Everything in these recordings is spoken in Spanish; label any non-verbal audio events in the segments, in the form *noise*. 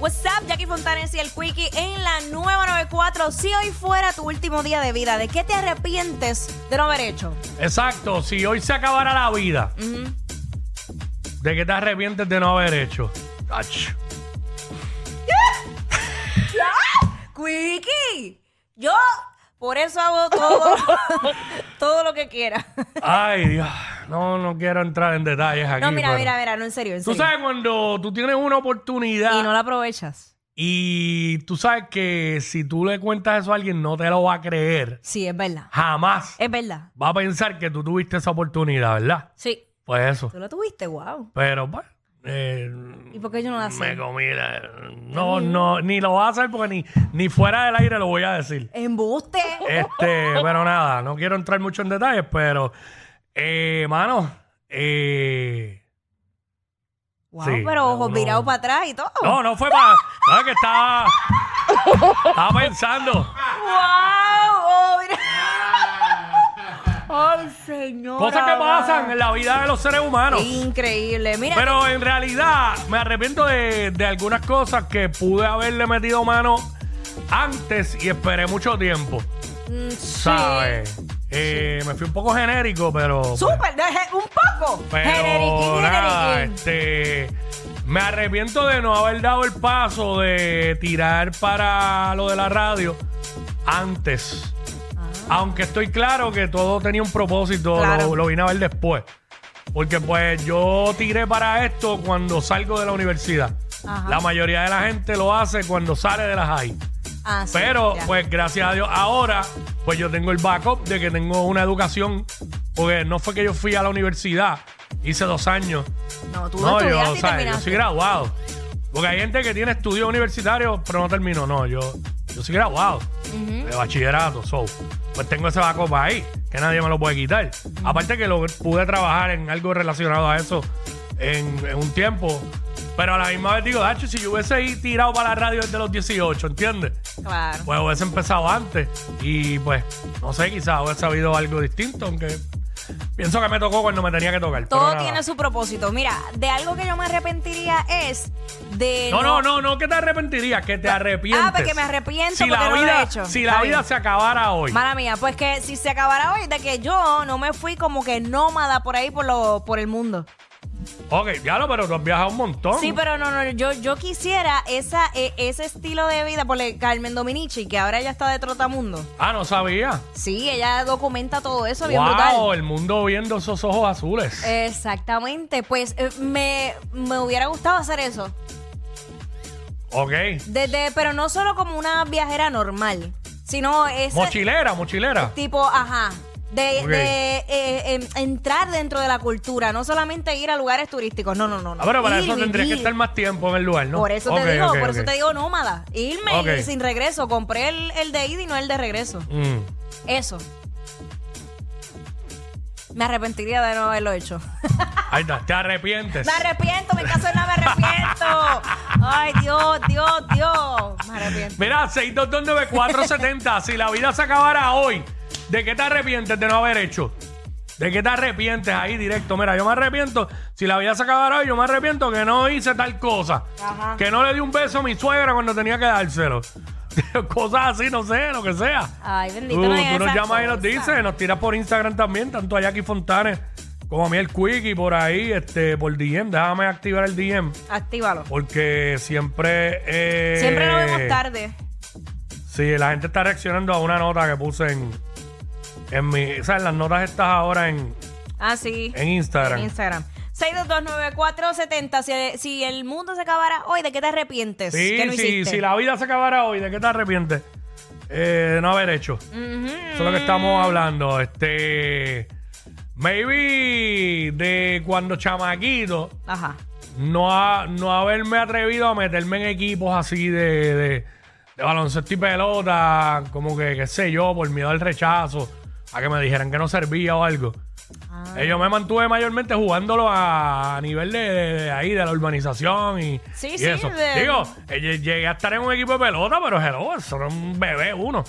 What's up, Jackie Fontanes y el Quickie en la nueva 94. Si hoy fuera tu último día de vida, ¿de qué te arrepientes de no haber hecho? Exacto, si hoy se acabara la vida, ¿de qué te arrepientes de no haber hecho? Ach, Quickie, yo por eso hago *laughs* todo, todo lo que quiera. Ay, Dios, no, no quiero entrar en detalles aquí. No, mira, pero- mira, mira, no, en serio, en Tú serio. sabes cuando tú tienes una oportunidad Y y, no la aprovechas. tú sabes que si tú le cuentas eso a alguien no te lo va a creer. Sí, es verdad. Jamás Es verdad. va a pensar que tú tuviste esa oportunidad, ¿verdad? Sí. Pues eso. Tú la tuviste, wow. Pero bueno, eh, ¿Y por qué yo no la me sé? comí. la- No, no, ni lo vas a hacer porque ni, ni fuera del aire lo voy a decir. Embuste. Este, pero nada, no quiero entrar mucho en detalles, pero, eh, mano, eh, Wow, Sí, pero no, ojos no. virados para atrás y todo. no, no fue para, no, que estaba, estaba pensando ¡Wow! Oh, mira. *laughs* ¡Ay, señor! cosas que pasan en la vida de los seres humanos. Increíble. Mira, Pero en realidad me arrepiento de, de algunas cosas que pude haberle metido mano antes y esperé mucho tiempo, mm, sí. ¿sabes? Eh, Me fui un poco genérico, pero... Súper, deje- un poco. Pero generiquín, nada, generiquín. este, me arrepiento de no haber dado el paso de tirar para lo de la radio antes. Ah. Aunque estoy claro que todo tenía un propósito, Claro. lo, lo vine a ver después. Porque pues yo tiré para esto cuando salgo de la universidad. Ajá. La mayoría de la gente lo hace cuando sale de la high. Ah, sí, Pero, ya. pues, gracias a Dios, ahora, pues yo tengo el backup de que tengo una educación. Porque no fue que yo fui a la universidad, hice dos años. No, tú No, no, yo, estudiaste o y sea, yo terminaste. soy graduado. Porque hay gente que tiene estudios universitarios, pero no terminó. No, yo, yo soy graduado de bachillerato. So, pues tengo ese backup ahí, que nadie me lo puede quitar. Aparte que lo pude trabajar en algo relacionado a eso en, en un tiempo. Pero a la misma vez digo, Dacho, si yo hubiese ahí tirado para la radio desde los 18, ¿entiendes? Claro. Pues hubiese empezado antes y pues, no sé, quizás hubiese sabido algo distinto, aunque pienso que me tocó cuando me tenía que tocar. pero Todo nada. tiene su propósito. Mira, de algo que yo me arrepentiría es de. No, no, no, no que te arrepentirías, que te arrepientes. Ah, porque me arrepiento si la porque no lo vida, he hecho. Si Está la vida bien. se acabara hoy. Mala mía, pues que si se acabara hoy, de que yo no me fui como que nómada por ahí por, lo, por el mundo. Ok, ya lo, pero tú has viajado un montón. Sí, pero no, no, yo, yo quisiera esa, eh, ese estilo de vida por la- Carmen Dominici, que ahora ella está de trotamundo. Ah, no sabía. Sí, ella documenta todo eso bien wow, brutal. Eh, el mundo viendo esos ojos azules. Exactamente, pues eh, me, me hubiera gustado hacer eso. ok. Desde, pero no solo como una viajera normal, sino ese Mochilera, mochilera. tipo, ajá, de, Ok. de, eh, em, entrar dentro de la cultura, no solamente ir a lugares turísticos, no, no, no. no. Ah, pero para Ir y eso tendrías que vivir. estar más tiempo en el lugar, ¿no? Por eso Ok, te digo, ok, por ok. eso te digo nómada. Irme y- Ok. y sin regreso. Compré el, el de ida y no el de regreso. Mm. Eso. Me arrepentiría de no haberlo hecho. Ahí está, te arrepientes. Me arrepiento, me caso no me arrepiento. Ay, Dios, Dios, Dios. Me arrepiento. Mira, 6229470, si la vida se acabara hoy, ¿de qué te arrepientes de no haber hecho? ¿De qué te arrepientes ahí directo? Mira, yo me arrepiento, si la vida se acabara hoy, yo me arrepiento que no hice tal cosa. Ajá. Que no le di un beso a mi suegra cuando tenía que dárselo. *laughs* Cosas así, no sé, lo que sea. Ay, Tú, Ah, bendito. no digas tú nos esas llamas y nos cosas. dices, nos tiras por Instagram también, tanto a Jackie Fontanes como a mí el quickie por ahí, este, por DM, déjame activar el DM. Actívalo. Porque siempre. eh, Siempre lo vemos tarde. Sí, la gente está reaccionando a una nota que puse en. En mi. O sea, en las notas estas ahora en, Ah, sí. en Instagram. En Instagram. 6229470. Si, el- si el mundo se acabara hoy, ¿de qué te arrepientes? Sí, que no sí, hiciste? si la vida se acabara hoy, ¿de qué te arrepientes? Eh, de no haber hecho. Eso es lo que estamos hablando. Este. Maybe de cuando chamaquito. Ajá. no, ha- no haberme atrevido a meterme en equipos así de, de- de baloncesto y pelota, como que, qué sé yo, por miedo al rechazo, a que me dijeran que no servía o algo. Ah. Eh, yo me mantuve mayormente jugándolo a, a nivel de, de- de ahí, de la urbanización y, Sí, y sí, eso. de- Digo, eh, lle- llegué a estar en un equipo de pelota, pero hello, eso era un bebé uno.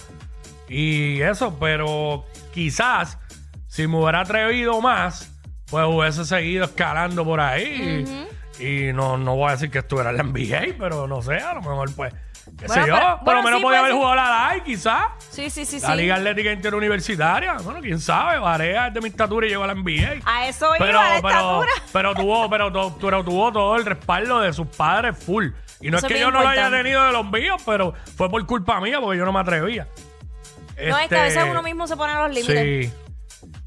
Y eso, pero quizás si me hubiera atrevido más, pues hubiese seguido escalando por ahí. Y, y no, no voy a decir que estuviera en la NBA, pero no sé, a lo mejor pues, qué Bueno, sé yo, pero- por bueno, lo menos sí, pues, podía haber sí. jugado la DAI, quizás. Sí, sí, sí, La sí. Liga Atlética Interuniversitaria, bueno, quién sabe, Varea es de mi estatura y llegó a la NBA. A eso iba Pero, la pero, estatura. pero tuvo, pero, tu- pero tuvo todo el respaldo de sus padres full. Y Eso no es es que bien yo no lo haya importante. tenido de los míos, pero fue por culpa mía porque yo no me atrevía. Este, No, es que a veces uno mismo se pone los límites. Sí.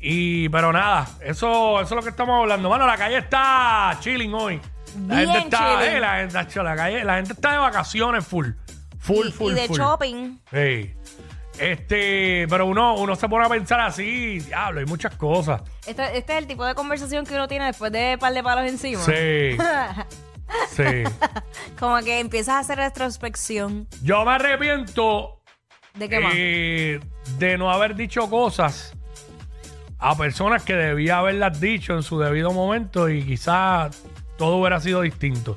Y, pero nada, eso, eso es lo que estamos hablando. Mano, la calle está chilling hoy. La Bien gente está, chilling. eh, la, gente, tacho, la calle, la gente está de vacaciones full. Full, Y- full, y de full. shopping. Sí. Este, pero uno, uno se pone a pensar así, diablo, hay muchas cosas. Este, este es el tipo de conversación que uno tiene después de par de palos encima. Sí. *laughs* sí. Como que empiezas a hacer retrospección Yo me arrepiento de qué más. eh, de no haber dicho cosas a personas que debía haberlas dicho en su debido momento y quizás todo hubiera sido distinto.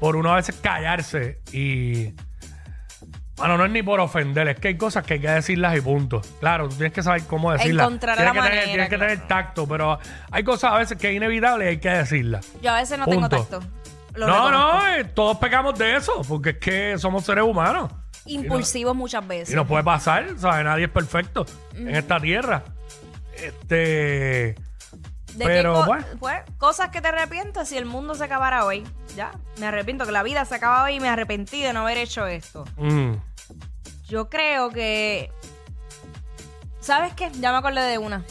Por uno a veces callarse y... Bueno, no es ni por ofender, es que hay cosas que hay que decirlas y punto. Claro, tú tienes que saber cómo decirlas. Encontrar tienes la que tener, manera, tienes que claro. tener tacto, pero hay cosas a veces que es inevitable y hay que decirlas. Yo a veces no tengo punto. tacto. Lo No, reconozco. no, eh, todos pecamos de eso, porque es que somos seres humanos. Impulsivos muchas veces. Y nos puede pasar, ¿sabes? Nadie es perfecto en esta tierra. Este. ¿De Pero, qué co- bueno. pues, cosas que te arrepientes si el mundo se acabara hoy. Ya, me arrepiento que la vida se acaba hoy y me arrepentí de no haber hecho esto. mm, Yo creo que... ¿Sabes qué? Ya me acordé de una.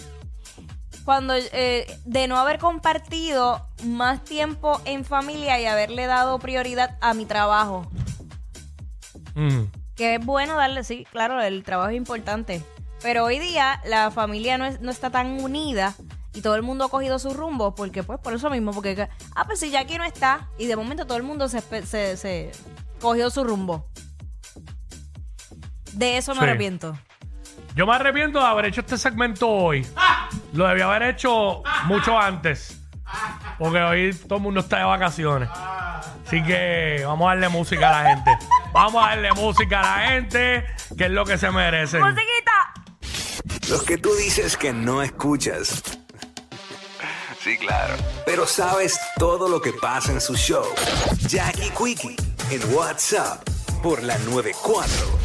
Cuando eh, de no haber compartido más tiempo en familia y haberle dado prioridad a mi trabajo. mm. Que es bueno darle, sí, claro, el trabajo es importante. Pero hoy día la familia no, es- no está tan unida y todo el mundo ha cogido su rumbo porque, pues, por eso mismo, porque, ah, pues si Jackie no está y de momento todo el mundo se, espe- se, se cogió su rumbo. De eso me Sí. arrepiento. Yo me arrepiento de haber hecho este segmento hoy. Lo debía haber hecho mucho antes. Porque hoy todo el mundo está de vacaciones. Así que vamos a darle música a la gente. Vamos a darle música a la gente, que es lo que se merecen. ¡Musiquita! Los que tú dices que no escuchas. Sí, claro. Pero sabes todo lo que pasa en su show. Jackie Quickie en WhatsApp por la 94.